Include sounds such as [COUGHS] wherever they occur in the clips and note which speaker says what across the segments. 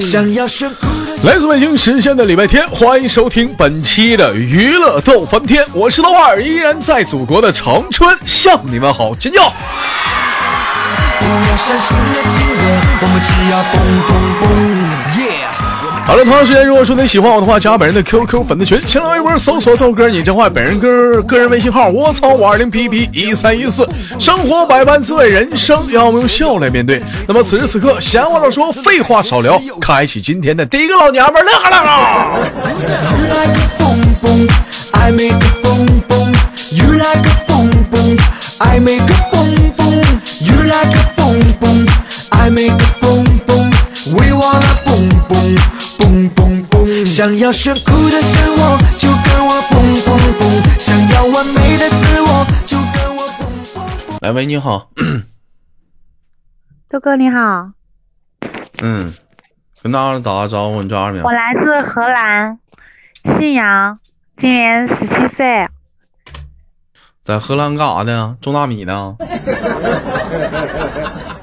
Speaker 1: 想要炫酷的
Speaker 2: 来自北京时间的礼拜天，欢迎收听本期的娱乐逗翻天，我是豆瓣儿，依然在祖国的长春向你们好尖叫。
Speaker 1: 不要伤心的情歌，我们只要蹦蹦蹦。
Speaker 2: 好了，同样时间，如果说你喜欢我的话，加本人的 QQ 粉丝群，新浪微博搜索豆哥你真坏，本人个个人微信号我操五二零 PP 一三一四，生活百般滋味，人生要我们用笑来面对。那么此时此刻，闲话少说，废话少聊，开启今天的第一个老娘们儿乐呵乐呵。
Speaker 1: You like a boom boom, I make a boom boom. You like a boom boom, I make a boom boom. You like a boom boom, I make a boom boom. We wanna boom boom, boom boom boom. 想要炫酷的生活，就跟我 boom boom boom。想要完美的自我，就跟我 boom boom boom。
Speaker 2: 来，喂，你好，
Speaker 3: 豆哥你好，
Speaker 2: 嗯，跟大家打个招呼，你叫啥名
Speaker 3: 我？来自荷兰信阳，今年十七岁，
Speaker 2: 在荷兰干啥呢？种大米呢？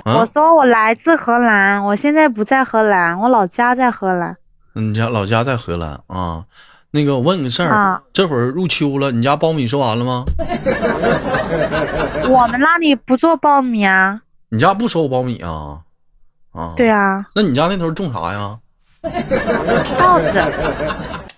Speaker 2: 啊
Speaker 3: 我说我来自荷兰，我现在不在荷兰，我老家在荷兰。
Speaker 2: 你家老家在荷兰啊？那个，我问你个事儿，
Speaker 3: 啊
Speaker 2: 这会儿入秋了，你家苞米收完了吗？
Speaker 3: 我们那里不做苞米啊，
Speaker 2: 你家不收苞米啊？啊，
Speaker 3: 对。啊，
Speaker 2: 那你家那头种啥呀？
Speaker 3: 稻子、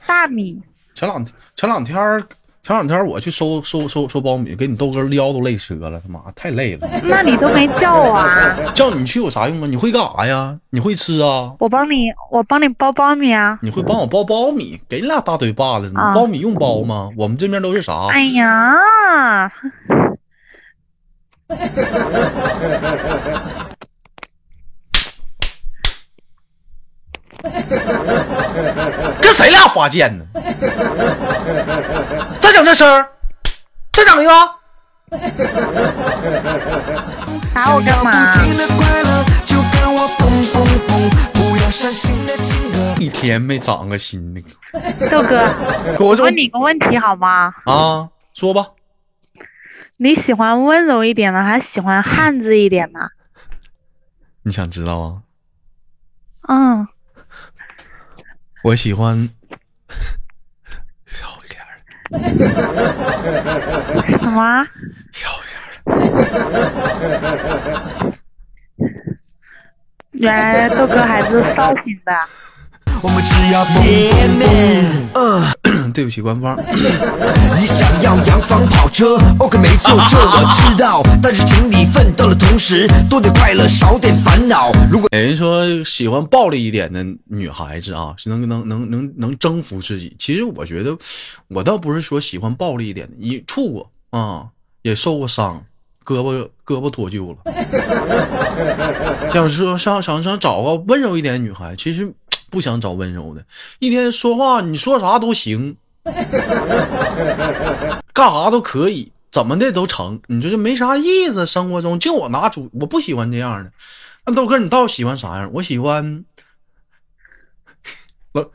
Speaker 3: 大米，
Speaker 2: 前两前两天儿前两天儿我去收收收收苞米，给你豆哥撩都累折了，他妈太累了。
Speaker 3: 那你都没叫我啊，
Speaker 2: 叫你去有啥用啊？你会干啥呀？你会吃啊？
Speaker 3: 我帮你，我帮你包苞米啊。
Speaker 2: 你会帮我包苞米？给你俩大嘴巴子，你
Speaker 3: 啊
Speaker 2: 苞米用包吗？我们这边都是啥？
Speaker 3: 哎呀，
Speaker 2: 这谁俩花剑呢？再整这声儿，再整一个。
Speaker 3: 打我干嘛？
Speaker 1: 想要不尽的快乐，就跟我 boom boom boom。不要伤心的情歌。
Speaker 2: 一天没长个心呢，
Speaker 3: 豆哥，
Speaker 2: 给我这
Speaker 3: 啊问你个问题好吗？
Speaker 2: 啊，说吧，
Speaker 3: 你喜欢温柔一点呢，还是喜欢汉子一点呢？
Speaker 2: 你想知道啊？
Speaker 3: 嗯。
Speaker 2: 我喜欢， [LAUGHS] 要脸儿，
Speaker 3: 什么？
Speaker 2: 要脸儿， [COUGHS]
Speaker 3: 原来豆哥还是绍兴的。
Speaker 1: 我们只要 boom boom boom。呃
Speaker 2: 对不起，官方，
Speaker 1: 你想要洋房跑车？OK，没错，这我知道。但是请你奋斗的同时，多点快乐，少点烦恼。如果
Speaker 2: 人家说喜欢暴力一点的女孩子啊，是能能能能能征服自己。其实我觉得，我倒不是说喜欢暴力一点的，也处过啊，也受过伤，胳膊胳膊脱臼了。 [LAUGHS] 想说想想想找个温柔一点的女孩，其实不想找温柔的，一天说话你说啥都行， [LAUGHS] 干啥都可以，怎么的都成。你说这没啥意思，生活中净我拿主，我不喜欢这样的。那豆哥，你到底喜欢啥样？我喜欢，我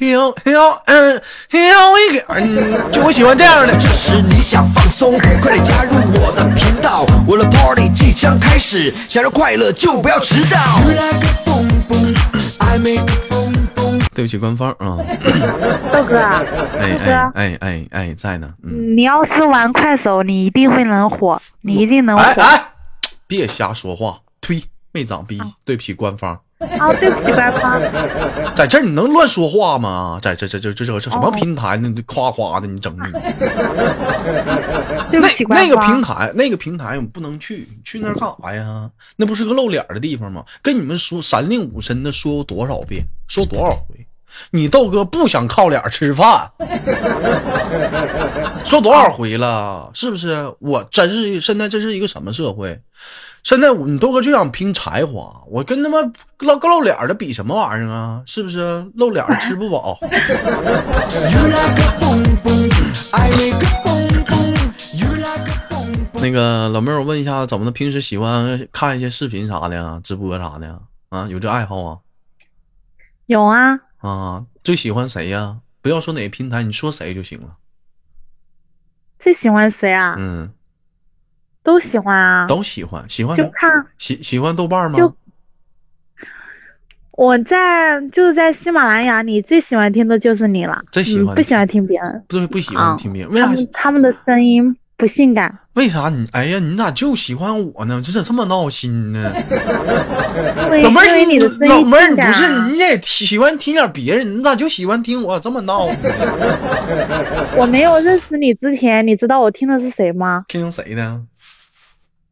Speaker 2: ，hell hell 嗯 hell 嗯，就我喜欢这样的。
Speaker 1: 这时你想放松，快点加入我的频道，我的 party 即将开始，想要快乐就不要迟到。You like a boom boom, I make a boom boom.
Speaker 2: 对不起，官方啊，
Speaker 3: 豆哥，
Speaker 2: 哎
Speaker 3: 啊
Speaker 2: 哎哎哎哎，在呢，嗯，
Speaker 3: 你要是玩快手，你一定会能火，你一定能火。
Speaker 2: 哎哎，别瞎说话，呸，没长逼，对不起，官方。
Speaker 3: 哦，对不起，官方。
Speaker 2: 在这儿你能乱说话吗？在这这这这这这什么平台呢？你夸夸的，你整的。
Speaker 3: 对不起，
Speaker 2: 那
Speaker 3: 官
Speaker 2: 那
Speaker 3: 方。
Speaker 2: 个平台，那个平台我不能去，去那儿干啥呀？那不是个露脸儿的地方吗？跟你们说三令五申的说过多少遍，说多少回？你豆哥不想靠脸儿吃饭，说多少回了？是不是？我真是现在这是一个什么社会？现在我你豆哥就想拼才华，我跟他妈露露脸儿的比什么玩意儿啊？是不是？露脸儿吃不饱。
Speaker 1: You like a boom boom, I make a boom boom. You like a boom boom.
Speaker 2: 那个老妹儿，我问一下，怎么的？平时喜欢看一些视频啥的呀，直播啥的呀？啊，有这爱好啊？
Speaker 3: 有啊，
Speaker 2: 啊，最喜欢谁呀？不要说哪个平台，你说谁就行了。
Speaker 3: 最喜欢谁啊？
Speaker 2: 嗯，
Speaker 3: 都喜欢啊。
Speaker 2: 都喜欢，喜欢
Speaker 3: 就看
Speaker 2: 喜喜欢豆瓣吗？
Speaker 3: 就我在就是在喜马拉雅，你最喜欢听的就是你了，
Speaker 2: 最喜
Speaker 3: 嗯
Speaker 2: 欢
Speaker 3: 不喜欢听别人？
Speaker 2: 不是不喜
Speaker 3: 啊
Speaker 2: 欢听别人，为啥
Speaker 3: 他们他们的声音不性感，
Speaker 2: 为啥你哎呀，你咋就喜欢我呢？这咋这么闹心呢？
Speaker 3: 因为
Speaker 2: 老
Speaker 3: 因
Speaker 2: 妹儿，
Speaker 3: 为你
Speaker 2: 你
Speaker 3: 的声
Speaker 2: 老
Speaker 3: 音
Speaker 2: 妹儿，
Speaker 3: 性
Speaker 2: 你
Speaker 3: 感
Speaker 2: 不是
Speaker 3: 啊。
Speaker 2: 你也喜欢听点别人，你咋就喜欢听我这么闹呢？ [LAUGHS]
Speaker 3: 我没有认识你之前，你知道我听的是谁吗？
Speaker 2: 听谁的？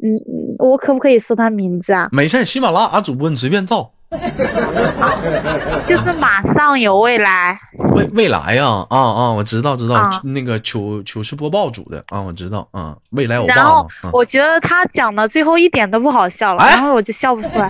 Speaker 3: 嗯，嗯我可不可以说他名
Speaker 2: [LAUGHS]
Speaker 3: 字啊？
Speaker 2: 没事儿，喜马拉雅主播你随便造。
Speaker 3: 就是马上有未来，
Speaker 2: 未未来呀、啊，啊啊，我知道知道，
Speaker 3: 啊
Speaker 2: 那个糗糗事播报组的啊，我知道啊，未来我
Speaker 3: 然
Speaker 2: 爸
Speaker 3: 后
Speaker 2: 嘛，啊、
Speaker 3: 我觉得他讲的最后一点都不好笑了，
Speaker 2: 哎
Speaker 3: 然后我就笑不出来。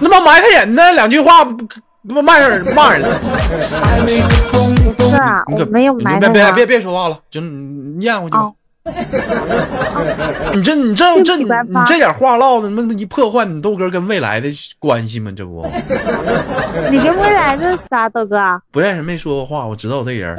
Speaker 2: 那么埋汰人呢，两句话不那不骂人骂人了，
Speaker 1: I make a boom boom.
Speaker 3: 是啊，
Speaker 2: 你
Speaker 3: 我
Speaker 2: 可
Speaker 3: 没有
Speaker 2: 你
Speaker 3: 埋
Speaker 2: 别
Speaker 3: 汰
Speaker 2: 别别
Speaker 3: 他。
Speaker 2: 别说话了，就你咽回去吧。
Speaker 3: 哦
Speaker 2: [LAUGHS] 你这你这这
Speaker 3: 对不
Speaker 2: 你
Speaker 3: 起白发
Speaker 2: 这点话唠的，那么一破坏你豆哥跟未来的关系吗？这不
Speaker 3: 你跟未来认识啊，豆哥？
Speaker 2: 不认识没说过话，我知道我这人。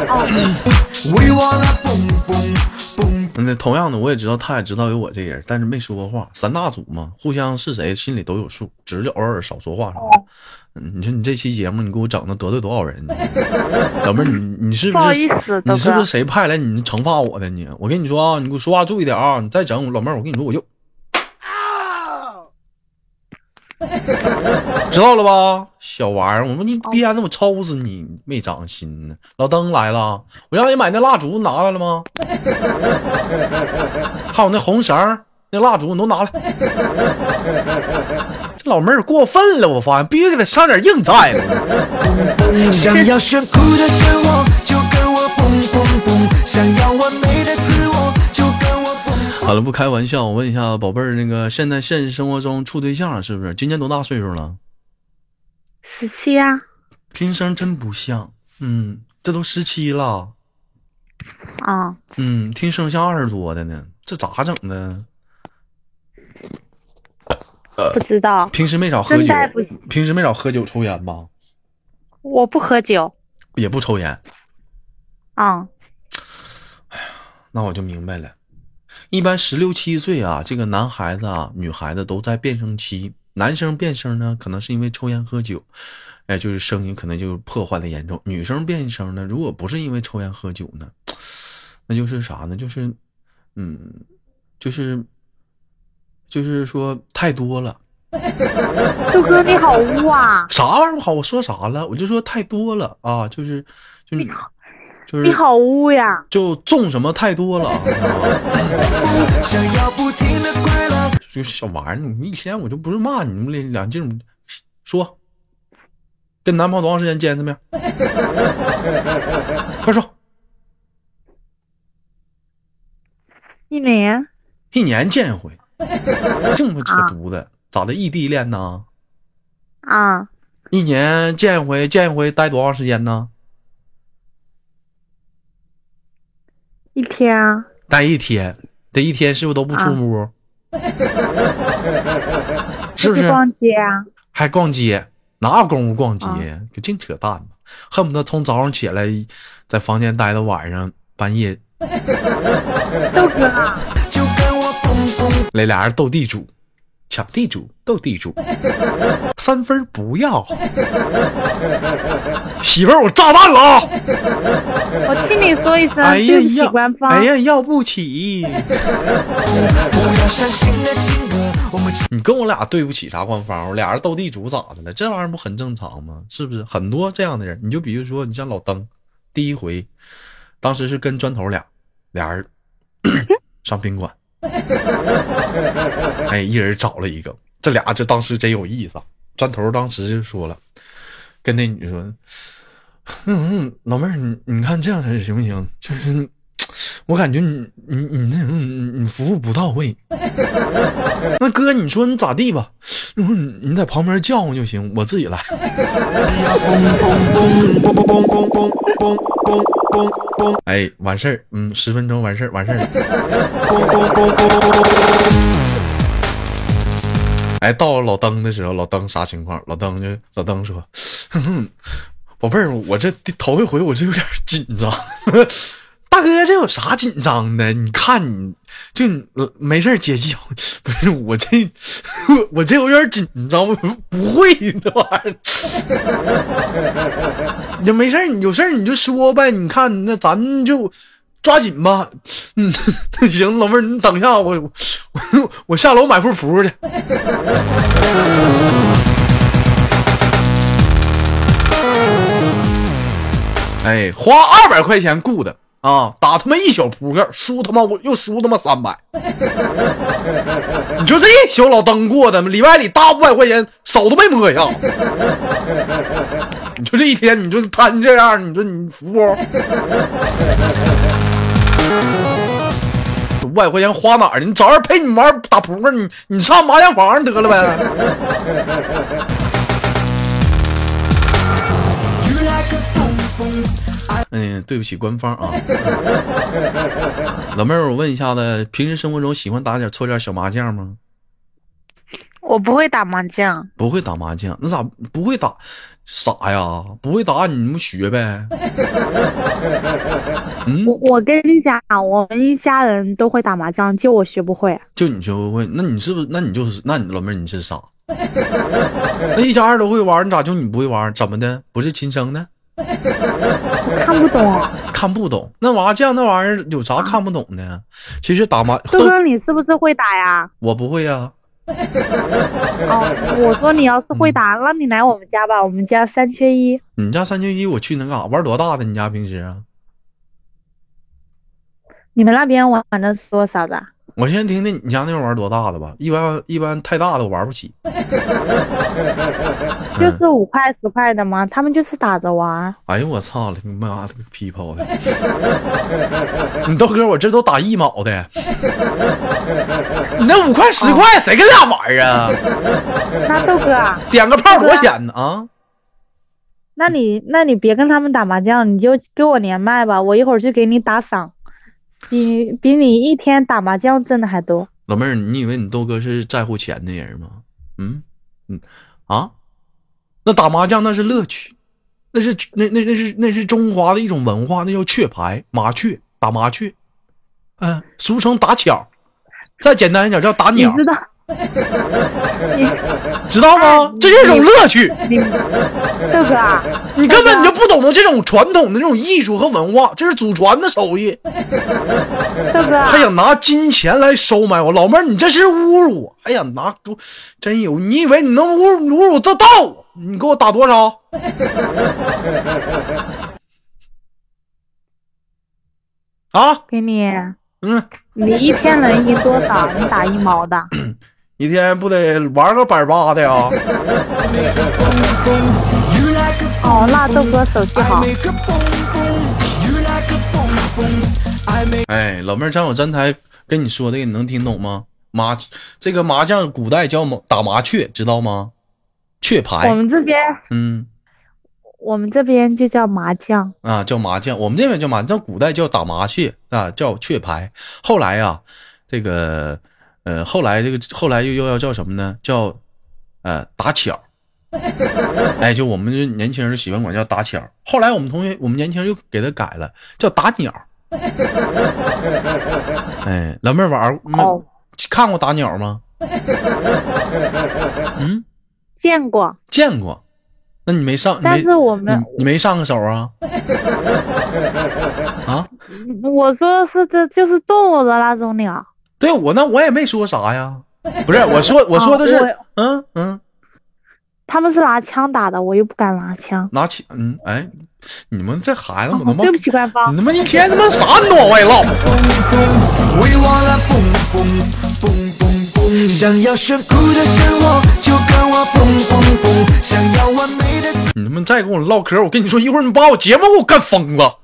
Speaker 1: We wanna boom boom boom.
Speaker 2: 嗯那同样的，我也知道他也知道有我这人，但是没说过话。三大组嘛，互相是谁心里都有数，只是偶尔少说话啥
Speaker 3: 哦
Speaker 2: 的。嗯你说你这期节目，你给我整的得罪多少 [LAUGHS] 人？老妹儿，你你是是
Speaker 3: 不好意思
Speaker 2: 你是
Speaker 3: 豆
Speaker 2: 不
Speaker 3: 哥
Speaker 2: 是谁派来你惩罚我的你？我跟你说啊，你给我说话注意点啊！你再整我，老妹儿，我跟你说我就，
Speaker 3: 哦
Speaker 2: [LAUGHS] 知道了吧？小玩意儿，我说你
Speaker 3: 哦
Speaker 2: 编的我抽死你，没长心呢。老登来了，我让你买那蜡烛拿来了吗？还有那红绳儿那蜡烛你都拿来。 [LAUGHS] 这老妹儿过分了，我发现必须给她上点硬菜了。
Speaker 1: 想要炫酷的生活，就跟我 boom boom boom。想要完美的自我，就跟我 boom。
Speaker 2: 好了，不开玩笑，我问一下宝贝儿，那个现在现实生活中处对象是不是？今年多大岁数了？
Speaker 3: 十七啊呀？
Speaker 2: 听声真不像，嗯，这都十七了，
Speaker 3: 啊，
Speaker 2: 嗯，听声像二十多的呢，这咋整的？呃
Speaker 3: 不知道，
Speaker 2: 平时没少喝
Speaker 3: 真
Speaker 2: 酒
Speaker 3: 带不起，
Speaker 2: 平时没少喝酒抽烟吧？
Speaker 3: 我不喝酒。
Speaker 2: 也不抽烟，
Speaker 3: 啊，
Speaker 2: 那我就明白了。一般十六七岁啊，这个男孩子啊、女孩子都在变声期。男生变声呢，可能是因为抽烟喝酒，哎，就是声音可能就破坏的严重。女生变声呢，如果不是因为抽烟喝酒呢，那就是啥呢？就是，嗯，就是，就是说太多了。
Speaker 3: 豆哥你好污啊！
Speaker 2: 啥玩意儿不好？我说啥了？我就说太多了啊，就是，就是，就是
Speaker 3: 你，好污呀！
Speaker 2: 就种什么太多了
Speaker 3: [LAUGHS]
Speaker 2: 啊。你知道吗
Speaker 1: 想要不停的快乐，
Speaker 2: 这个小玩意儿，你一天我就不是骂你们俩两这种，说，跟男朋友多长时间见一次面？ [LAUGHS] 快说，
Speaker 3: 一年
Speaker 2: 一年见一回，净他妈扯犊子，咋的？异地恋呢？
Speaker 3: 啊，
Speaker 2: 一年见一回，见一回待多长时间呢？
Speaker 3: 一天啊，
Speaker 2: 待一天，这一天是不是都不出屋？ [LAUGHS] 是不
Speaker 3: 出去
Speaker 2: 是？
Speaker 3: 逛街啊？
Speaker 2: 还逛街，哪有功夫逛街呀？可净扯淡吧恨不得从早上起来在房间待到晚上半夜，
Speaker 3: 豆哥啊，
Speaker 1: 就跟我 boom boom。
Speaker 2: 来俩人斗地主，抢地主，斗地主，三分不要，媳妇儿我炸弹了啊！
Speaker 3: 我听你说一声
Speaker 2: 哎呀
Speaker 3: 对不起
Speaker 2: 要
Speaker 3: 官，方。
Speaker 2: 哎呀要不起，
Speaker 1: 不要伤心的情歌，我们
Speaker 2: [LAUGHS] 你跟我俩对不起啥官方，俩人斗地主咋的了？这玩意儿不很正常吗？是不是很多这样的人？你就比如说，你像老登，第一回，当时是跟砖头俩俩人 [COUGHS] 上宾馆，哎，一人找了一个，这俩这当时真有意思啊。砖头当时就说了，跟那女说，嗯嗯，老妹儿，你你看这样式行不行？就是。我感觉你你你那嗯你服务不到位， [LAUGHS] 那哥，你说你咋地吧？你说你你在旁边叫唤就行，我自己来。
Speaker 1: 要 boom boom boom boom boom boom boom boom boom boom boom
Speaker 2: 哎，完事儿，嗯，十分钟完事儿，完事儿了。
Speaker 1: boom boom boom boom。
Speaker 2: 哎，到老登的时候，老登啥情况？老登就老登说，哼哼，宝贝儿，我这第头一回我这有点紧张。 [LAUGHS] 大哥，这有啥 [LAUGHS] 紧张的？你看你，就你呃没事儿姐姐，不是我这， [LAUGHS] 我这有点紧张，我不会这玩意儿。你没事儿你有事儿你就说呗。你看，那咱就抓紧吧。嗯， [LAUGHS] 行，老妹儿，你等一下，我我我下楼买副扑去。 [LAUGHS] 哎，花二百块钱雇的啊，打他妈一宿扑克，输他妈我又输他妈三百。 [LAUGHS] 你说这一宿老登过的，里外里搭五百块钱，手都没摸一下。你说这一天，你说摊这样，你说你服不？ [LAUGHS] 五百块钱花哪儿呢？你找人陪你玩打扑克，你你上麻将房得了呗。 [LAUGHS]
Speaker 1: You like a boom boom. I
Speaker 2: 嗯，对不起官方啊。 [LAUGHS] 老妹儿，我问一下子，平时生活中喜欢打点搓点小麻将吗？
Speaker 3: 我不会打麻将，
Speaker 2: 不会打麻将，那咋不会打？傻呀，不会打你不学呗？嗯，
Speaker 3: 我我跟你讲，我们一家人都会打麻将，就我学不会。
Speaker 2: 就你学不会，那你是不是？那你就是，那你老妹儿你是傻。 [LAUGHS] 那一家人都会玩，你咋就你不会玩？怎么的？不是亲生的？
Speaker 3: 我看不懂，
Speaker 2: 看不懂那麻将那玩意儿有啥看不懂的？其实打麻 [LAUGHS]
Speaker 3: 豆
Speaker 2: 都
Speaker 3: 哥你是不是会打呀？
Speaker 2: 我不会啊呀、
Speaker 3: 哦，
Speaker 2: 嗯
Speaker 3: 我说你要是会打，那你来我们家吧，我们家三缺一，
Speaker 2: 你家三缺一，我去能干啥？玩多大的？你家平时啊？
Speaker 3: 你们那边玩的是多少的？
Speaker 2: 我先听听你家那边玩多大的吧，一般一般太大的我玩不起。嗯
Speaker 3: 就是五块十块的吗？他们就是打着玩。
Speaker 2: 哎呦我操了，你妈了个屁泡的！ [LAUGHS] 你豆哥，我这都打一毛的，你那五块十块谁跟俩玩啊？
Speaker 3: 那豆哥啊，
Speaker 2: 点个炮多少钱呢？啊，
Speaker 3: 那你那你别跟他们打麻将，你就给我连麦吧，我一会儿就给你打赏，比比你一天打麻将挣的还多。
Speaker 2: 老妹儿，你以为你豆哥是在乎钱的人吗？嗯嗯啊，那打麻将那是乐趣，那是那那那是那是中华的一种文化，那叫雀牌麻雀打麻雀，嗯、俗称打巧，再简单一点叫打
Speaker 3: 你
Speaker 2: 鸟， [LAUGHS]
Speaker 3: 知道，你
Speaker 2: 知道吗？这是一种乐趣。
Speaker 3: 你豆哥啊，
Speaker 2: 你根本你就不懂得这种传统的这种艺术和文化，这是祖传的手艺，
Speaker 3: 豆哥啊，
Speaker 2: 还想哎拿金钱来收买我，老妹儿，你这是侮辱我！还想拿给我，真有，你以为你能侮辱侮辱这到我？你给我打多少？ [LAUGHS] 啊，
Speaker 3: 给你，
Speaker 2: 嗯，
Speaker 3: 你一天能赢多少？你打一毛的，
Speaker 2: 一天不得玩个百八的呀？
Speaker 1: make a boom boom. You like a
Speaker 3: 哦，那
Speaker 1: boom
Speaker 3: 豆
Speaker 1: boom.
Speaker 3: 哥手气
Speaker 1: I
Speaker 3: 好，
Speaker 1: make a boom boom. You like a boom boom. I make
Speaker 2: 哎，老妹儿，像我刚才跟你说的，你能听懂吗？麻，这个麻将古代叫麻打麻雀，知道吗？雀
Speaker 3: 我
Speaker 2: 牌，
Speaker 3: 们这边
Speaker 2: 嗯。
Speaker 3: 我们这边就叫麻将，
Speaker 2: 啊，叫麻将，我们这边叫麻，叫古代叫打麻雀啊，叫雀牌。后来呀、这个呃，后来这个后来又又要叫什么呢？叫呃打巧。 [LAUGHS] 哎，就我们这年轻人喜欢管叫打巧。后来我们同学，我们年轻人又给他改了，叫打鸟。 [LAUGHS] 哎，老妹儿玩儿没
Speaker 3: 哦
Speaker 2: 看过打鸟吗？嗯，
Speaker 3: 见过，
Speaker 2: 见过。那你没上，你
Speaker 3: 但
Speaker 2: 没
Speaker 3: 是我们
Speaker 2: 你你没上个手啊？啊，
Speaker 3: 我说是这就是动物的那种鸟，
Speaker 2: 对我那我也没说啥呀，不是我说我说的是，
Speaker 3: 啊
Speaker 2: 嗯嗯，
Speaker 3: 他们是拿枪打的，我又不敢拿枪。
Speaker 2: 拿起嗯哎，你们这孩子
Speaker 3: 哦
Speaker 2: 们他妈，
Speaker 3: 对不起，官
Speaker 2: 你
Speaker 3: 方，
Speaker 2: 他妈一天他妈啥你都往外唠，
Speaker 1: boom boom. We wanna boom boom boom boom boom. 想要炫酷的生活，就跟我 boom boom boom。想要完美的。
Speaker 2: 你们再跟我唠嗑，我跟你说一会儿你把我节目给我干疯
Speaker 3: [LAUGHS]
Speaker 2: 了，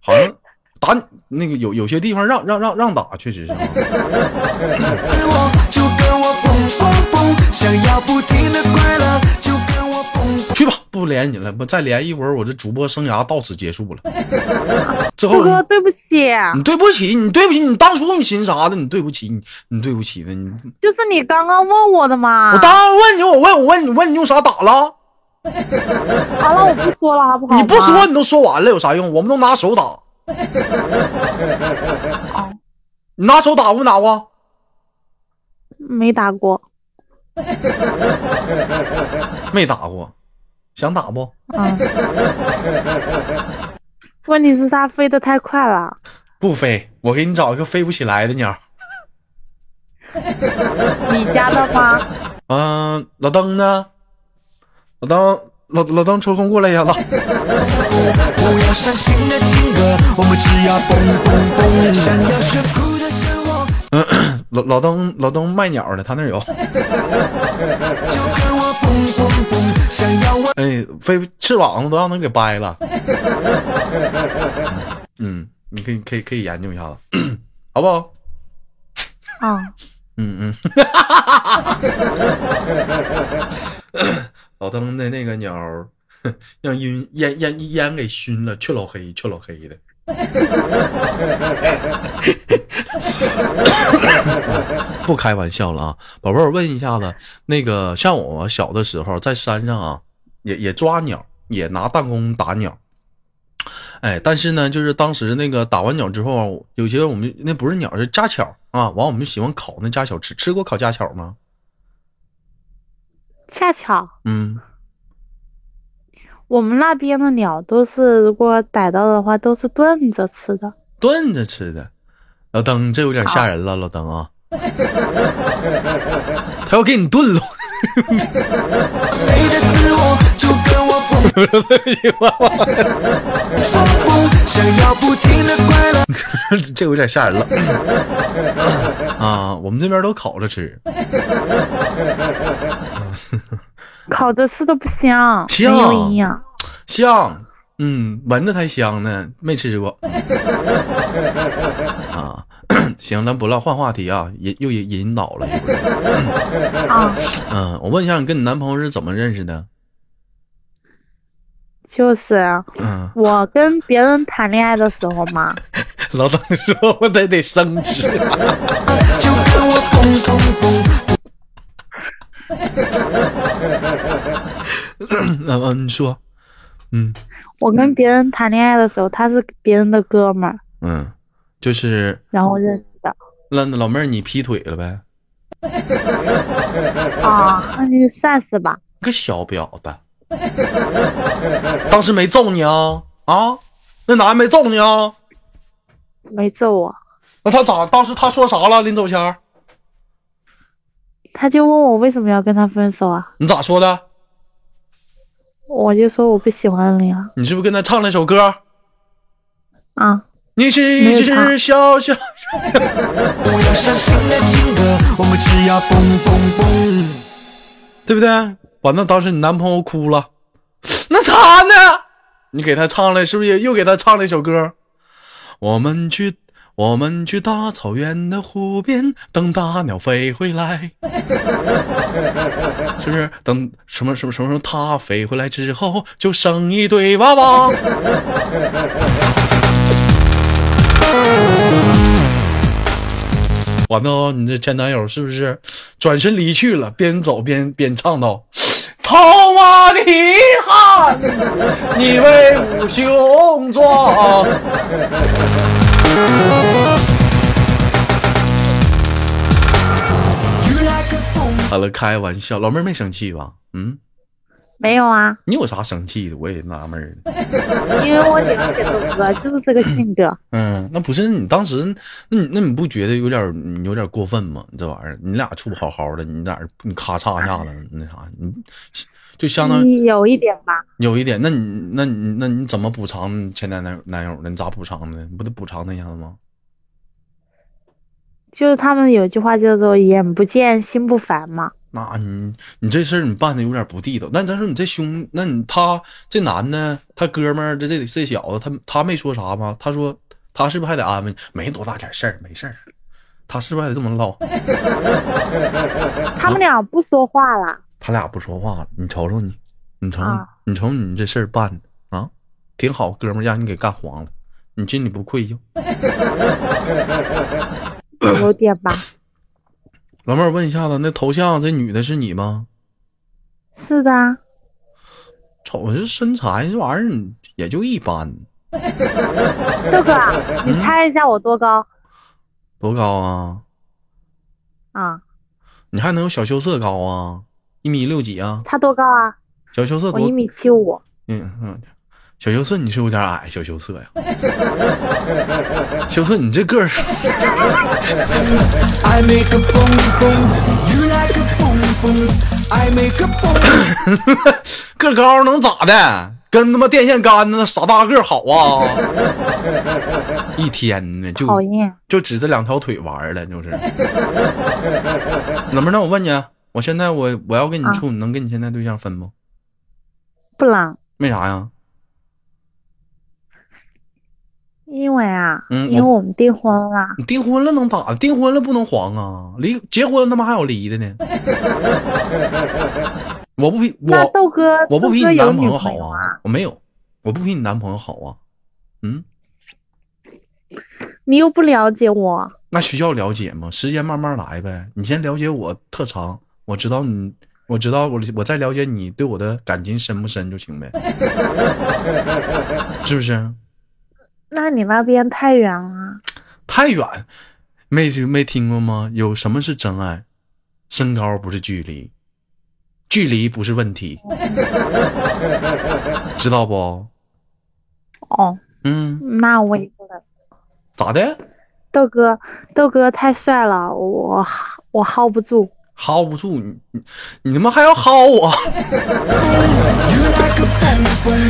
Speaker 2: 好像打你那个有有些地方让让让让打，确实是啊。
Speaker 1: 我就跟我蹦蹦蹦，想要不停的快乐，就跟我蹦蹦。
Speaker 2: 去吧，不连你了，不再连一会儿，我这主播生涯到此结束了。
Speaker 3: [LAUGHS]
Speaker 2: 最嗯后嗯
Speaker 3: 豆，哥对不起，
Speaker 2: 你对不起，你对不起，你当初你寻啥的？你对不起，你你对不起的，你
Speaker 3: 就是你刚刚问我的嘛。
Speaker 2: 我当然问你，我问我问你问你用啥打了？
Speaker 3: 好了，我不说了，好不好？
Speaker 2: 你不说，你都说完了，有啥用？我们都拿手打，
Speaker 3: 哦，
Speaker 2: 你拿手打过没打过？[LAUGHS] 没
Speaker 3: 没打过。
Speaker 2: 打过，想打不？
Speaker 3: 嗯，问题是它飞得太快了。
Speaker 2: 不飞，我给你找一个飞不起来的鸟。
Speaker 3: 你家的吗？
Speaker 2: 嗯、老登呢？老登，老老登抽空过来一下子。
Speaker 1: 不要伤心的情歌，我们只要蹦蹦蹦。想要炫酷的生活，
Speaker 2: 老老登，老登卖鸟的，他那儿有。
Speaker 1: 就跟我蹦蹦蹦。想要我
Speaker 2: 哎，飞翅膀子都让他给掰了。嗯，你可以可以可以研究一下子， [COUGHS] 好不好？
Speaker 3: 啊，
Speaker 2: 嗯嗯。 [LAUGHS] 老登的那个鸟儿，让晕烟烟烟给熏了，却老黑却老黑的。不开玩笑了啊，宝贝儿，我问一下子，那个像我小的时候在山上啊，也也抓鸟，也拿弹弓打鸟。哎，但是呢，就是当时那个打完鸟之后啊，有些我们那不是鸟，是家巧啊，完我们就喜欢烤那家巧吃，吃过烤家巧吗？
Speaker 3: 恰巧
Speaker 2: 嗯，
Speaker 3: 我们那边的鸟都是，如果逮到的话都是炖着吃的。
Speaker 2: 炖着吃的。老登，这有点吓人了，老登啊，他要给你炖了。 [LAUGHS]
Speaker 1: 飞的自我，就跟我蹦蹦蹦。想要不停的快乐，
Speaker 2: 这有点吓人了啊！我们这边都烤着吃，
Speaker 3: 烤着吃都不香，
Speaker 2: 香
Speaker 3: 没有营养。
Speaker 2: 香，嗯，闻着才香呢，没吃过啊。 [COUGHS] 行，咱不唠，换话题啊，引又引引导了一会儿。
Speaker 3: 啊，
Speaker 2: 嗯、我问一下，你跟你男朋友是怎么认识的？
Speaker 3: 就是
Speaker 2: 嗯、
Speaker 3: 我跟别人谈恋爱的时候嘛，
Speaker 2: 老邓说我得得升 [LAUGHS] 职，
Speaker 1: 就跟我蹦蹦蹦。
Speaker 2: 嗯嗯，你说，嗯
Speaker 3: 我跟别人谈恋爱的时候，他是别人的哥们儿，
Speaker 2: 嗯，就是
Speaker 3: 然后认识的。
Speaker 2: 那老妹儿你劈腿了呗？嗯
Speaker 3: 啊，那就算是吧。
Speaker 2: 个小婊子，当时没揍你啊啊？那男的没揍你啊？
Speaker 3: 没揍我，
Speaker 2: 那他咋？当时他说啥了？临走前儿
Speaker 3: 他就问我为什么要跟他分手啊，
Speaker 2: 你咋说的？
Speaker 3: 我就说我不喜欢你了
Speaker 2: 你是不是跟他唱了一首歌？
Speaker 3: 啊。
Speaker 2: 你是一只小小……
Speaker 1: 不要伤心的情歌，我们只要蹦蹦蹦。
Speaker 2: 对不对？完了，当时你男朋友哭了， [SNIFFS] 那他呢？你给他唱了，是不是也又给他唱了一首歌？我们去，我们去大草原的湖边，等大鸟飞回来，是不是？等什么什么什么什么，它飞回来之后，就生一堆娃娃。完了，你这前男友是不是转身离去了？边走边边唱道：“套马的汉，你为吾雄壮。”好了，开玩笑，老妹儿没生气吧？嗯，
Speaker 3: 没有啊，
Speaker 2: 你有啥生气的？我也纳闷儿呢。
Speaker 3: 因为我了解豆哥就是这个性格，
Speaker 2: 嗯，那不是你当时，那你那你不觉得有点儿你有点儿过分吗？你这玩意儿，你俩处不好好的，你俩你咔嚓一下子，那啥，你就相当于
Speaker 3: 嗯有一点吧。
Speaker 2: 有一点，那你那你那你怎么补偿你前男男男友呢？你咋补偿的？你不得补偿他一下子吗？
Speaker 3: 就是他们有句话叫做“眼不见心不烦”嘛。
Speaker 2: 那你你这事儿你办的有点不地道。那咱说你这兄，那你他这男的，他哥们儿这这这小子，他他没说啥吗？他说他是不是还得安慰你？没多大点事儿，没事儿。他是不是还得这么唠？啊
Speaker 3: 他们俩不说话了，
Speaker 2: 他俩不说话了，你瞅瞅你，你瞅、
Speaker 3: 啊
Speaker 2: 你瞅你这事儿办的啊，挺好，哥们儿让你给干黄了，你心里不愧疚？
Speaker 3: 有点
Speaker 2: [LAUGHS]
Speaker 3: 吧。
Speaker 2: 老妹儿问一下子，那头像这女的是你吗？
Speaker 3: 是的啊，
Speaker 2: 瞅这身材这玩意儿你也就一般，
Speaker 3: 豆哥啊，你猜一下我多高
Speaker 2: 多高啊？
Speaker 3: 啊？
Speaker 2: 你还能有小羞涩高啊？一米六几啊？
Speaker 3: 他多高啊？
Speaker 2: 小羞涩
Speaker 3: 我
Speaker 2: 多
Speaker 3: 一米七五，
Speaker 2: 嗯嗯，小羞涩你是有点矮，小羞涩呀。 [LAUGHS] 羞涩你这个儿，
Speaker 1: I make a boom boom. You like a boom boom. I make a boom.
Speaker 2: 个高能咋的？跟他妈电线杆子那傻大个儿好啊！一天呢就
Speaker 3: 讨厌。
Speaker 2: 就指着两条腿玩儿了，就是。老妹儿，那我问你啊，我现在我我要跟你
Speaker 3: 啊
Speaker 2: 处，你能跟你现在对象分不？
Speaker 3: 不能，
Speaker 2: 为啥呀？
Speaker 3: 因为啊，
Speaker 2: 嗯
Speaker 3: 因为
Speaker 2: 我
Speaker 3: 我们订婚了，
Speaker 2: 你订婚了能咋的？订婚了不能黄啊！离结婚他妈还有离的
Speaker 3: [LAUGHS]
Speaker 2: 呢。我不比
Speaker 3: 那
Speaker 2: 我
Speaker 3: 豆哥，
Speaker 2: 我不比
Speaker 3: 豆哥
Speaker 2: 你
Speaker 3: 有
Speaker 2: 男
Speaker 3: 女
Speaker 2: 朋友
Speaker 3: 朋
Speaker 2: 好
Speaker 3: 友
Speaker 2: 啊！我没有，我不比你男朋友好啊。嗯，
Speaker 3: 你又不了解我，
Speaker 2: 那需要了解吗？时间慢慢来呗。你先了解我特长，我知道你，我知道我，我再了解你对我的感情深不深就行呗， [LAUGHS] 是不是？
Speaker 3: 那你那边太远了，
Speaker 2: 太远，没没听过吗？有什么是真爱？身高不是距离，距离不是问题，知道不？
Speaker 3: 哦，
Speaker 2: 嗯，
Speaker 3: 那我也不能。
Speaker 2: 咋的？
Speaker 3: 豆哥，豆哥太帅了，我我 hold 不住。
Speaker 2: 薅不住你，你你他妈还要薅我？
Speaker 1: You like a boom boom.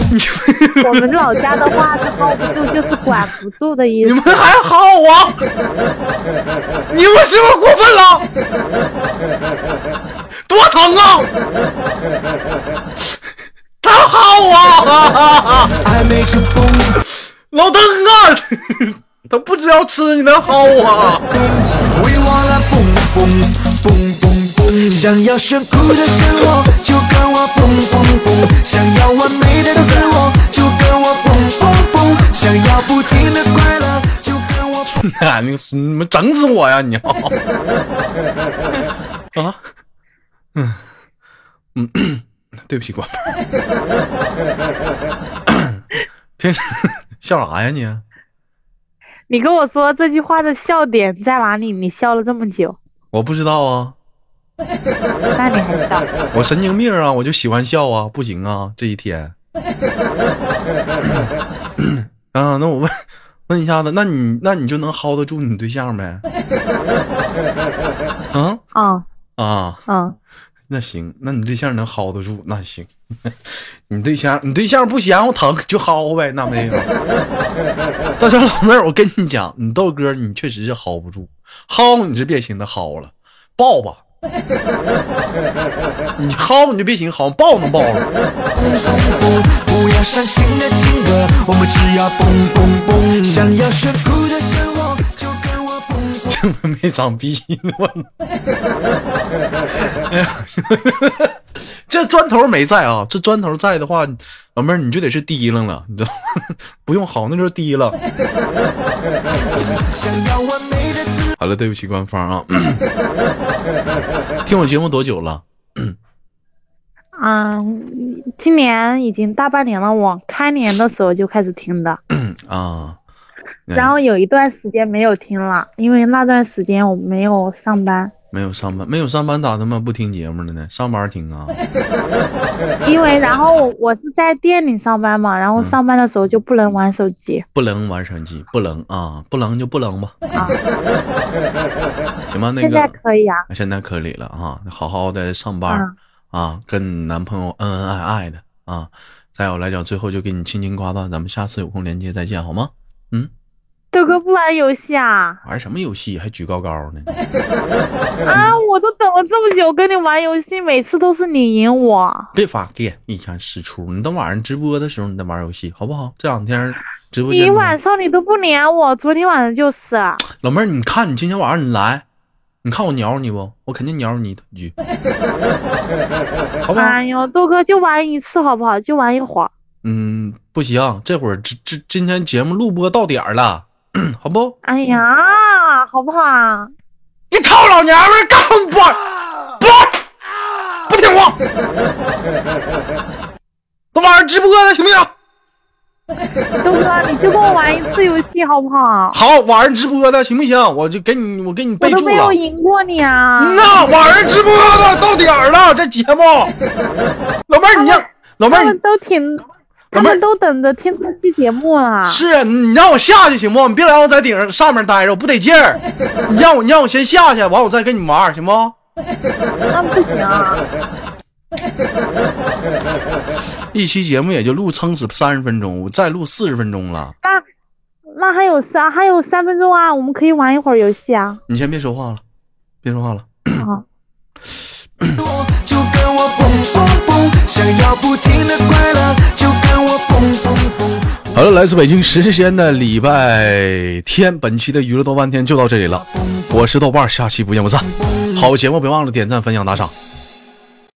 Speaker 3: [LAUGHS] 我们老家的话是 hold 不住，就是管不住的意
Speaker 2: 你
Speaker 3: 思
Speaker 2: 们。还要薅我？你们是不是过分了？多疼啊！他要薅我，
Speaker 1: I make a boom
Speaker 2: 老邓啊！他不知道吃，你能薅我？
Speaker 1: boom. We wanna boom boom boom boom boom。想要炫酷的生活，就跟我 boom boom boom。想要完美的自我，就跟我 boom boom boom。想要不停的快乐，就跟我 boom。
Speaker 2: [LAUGHS] 哎，你你们整死我呀！你要啊，嗯嗯，对不起，关门儿。 [COUGHS] 平时 [LAUGHS] 笑啥呀你？
Speaker 3: 你跟我说这句话的笑点在哪里？你笑了这么久，
Speaker 2: 我不知道啊，
Speaker 3: 那你还笑？
Speaker 2: 我神经病啊，我就喜欢笑啊，不行啊，这一天。 [COUGHS] 啊，那我问问一下子，那你那你就能 hold 得住你对象呗？ [LAUGHS] 啊
Speaker 3: 嗯
Speaker 2: 啊。
Speaker 3: 嗯，
Speaker 2: 那行，那你对象能薅得住，那行。 [LAUGHS] 你对象，你对象不嫌我疼就薅呗，那没有。但是老妹儿，我跟你讲，你豆哥你确实是薅不住，薅你是别寻思薅了，抱吧。 [LAUGHS] 你薅你就别寻思薅，抱能抱了。
Speaker 1: 不要伤心的情歌，我们只要蹦蹦蹦。想要炫酷的生活，就跟我蹦蹦。
Speaker 2: 这么 [LAUGHS] 没长逼呢，我。哎呀， [LAUGHS] 这砖头没在啊，这砖头在的话，老妹儿你就得是提楞了，你知道吗？ [LAUGHS] 不用薅，那就是提楞。 [LAUGHS]
Speaker 1: 想要完美的自
Speaker 2: 好了，对不起官方啊。 [COUGHS] 听我节目多久了？
Speaker 3: 嗯，今年已经大半年了，我开年的时候就开始听的，
Speaker 2: 啊，嗯
Speaker 3: 然后有一段时间没有听了，因为那段时间我没有上班，
Speaker 2: 没有上班，没有上班咋他妈不听节目了呢？上班听啊？
Speaker 3: 因为然后我我是在店里上班嘛，
Speaker 2: 嗯
Speaker 3: 然后上班的时候就不能玩手机
Speaker 2: 不能玩手机，不能啊，不能就不能吧。
Speaker 3: 啊，
Speaker 2: 行吧，那
Speaker 3: 现在
Speaker 2: 个
Speaker 3: 可以啊，
Speaker 2: 现在可以了啊，好好的上班、啊，跟你男朋友恩恩爱爱的啊。再有来讲，最后就给你亲亲夸夸，咱们下次有空连接再见好吗？
Speaker 3: 豆哥不玩游戏啊？
Speaker 2: 玩什么游戏还举高高呢？
Speaker 3: 啊，我都等了这么久跟你玩游戏，每次都是你赢我。
Speaker 2: 别发 gay，一天使出。你等晚上直播的时候，你再玩游戏好不好？这两天直播间
Speaker 3: 你
Speaker 2: 都
Speaker 3: 晚上你都不连我，昨天晚上就是。啊
Speaker 2: 老妹儿，你看你今天晚上你来，你看我鸟你不？我肯定鸟你一句，好不好？
Speaker 3: 哎呦，豆哥就玩一次好不好？就玩一会儿。
Speaker 2: 嗯，不行，这会儿这这今天节目录播到点儿了， [COUGHS] 好不？
Speaker 3: 哎呀，好不好啊？
Speaker 2: 你臭老娘们儿干什么不玩？不玩，不听话，都晚上直播的行不行？
Speaker 3: 豆哥，啊，你就跟我玩一次游戏好不好？
Speaker 2: 好，晚上直播的行不行？我就给你，我给你
Speaker 3: 我
Speaker 2: 备
Speaker 3: 都
Speaker 2: 注
Speaker 3: 没
Speaker 2: 了
Speaker 3: 有。赢过你啊！
Speaker 2: 那晚上直播的到点儿了，这节目，老妹儿你让老妹
Speaker 3: 他
Speaker 2: 儿
Speaker 3: 们
Speaker 2: 你
Speaker 3: 都挺，他
Speaker 2: 们儿
Speaker 3: 们都等着听这期节目啊了。
Speaker 2: 是啊你让我下去行不？你别让我在顶上上面待着，我不得劲儿。你让我你让我先下去，完我再跟你玩儿行不？
Speaker 3: 那不行啊！
Speaker 2: 一期节目也就录撑死三十分钟，我再录四十分钟了。
Speaker 3: 那那还有三还有三分钟啊，我们可以玩一会儿游戏啊。
Speaker 2: 你先别说话了，别说话了。
Speaker 3: 好，
Speaker 1: 就跟我蹦蹦蹦，想要不停的快乐，就跟我蹦蹦蹦。
Speaker 2: 好了，来自北京时间的礼拜天，本期的娱乐豆瓣天就到这里了。我是豆瓣儿，下期不见不散。好节目别忘了点赞、分享、打赏。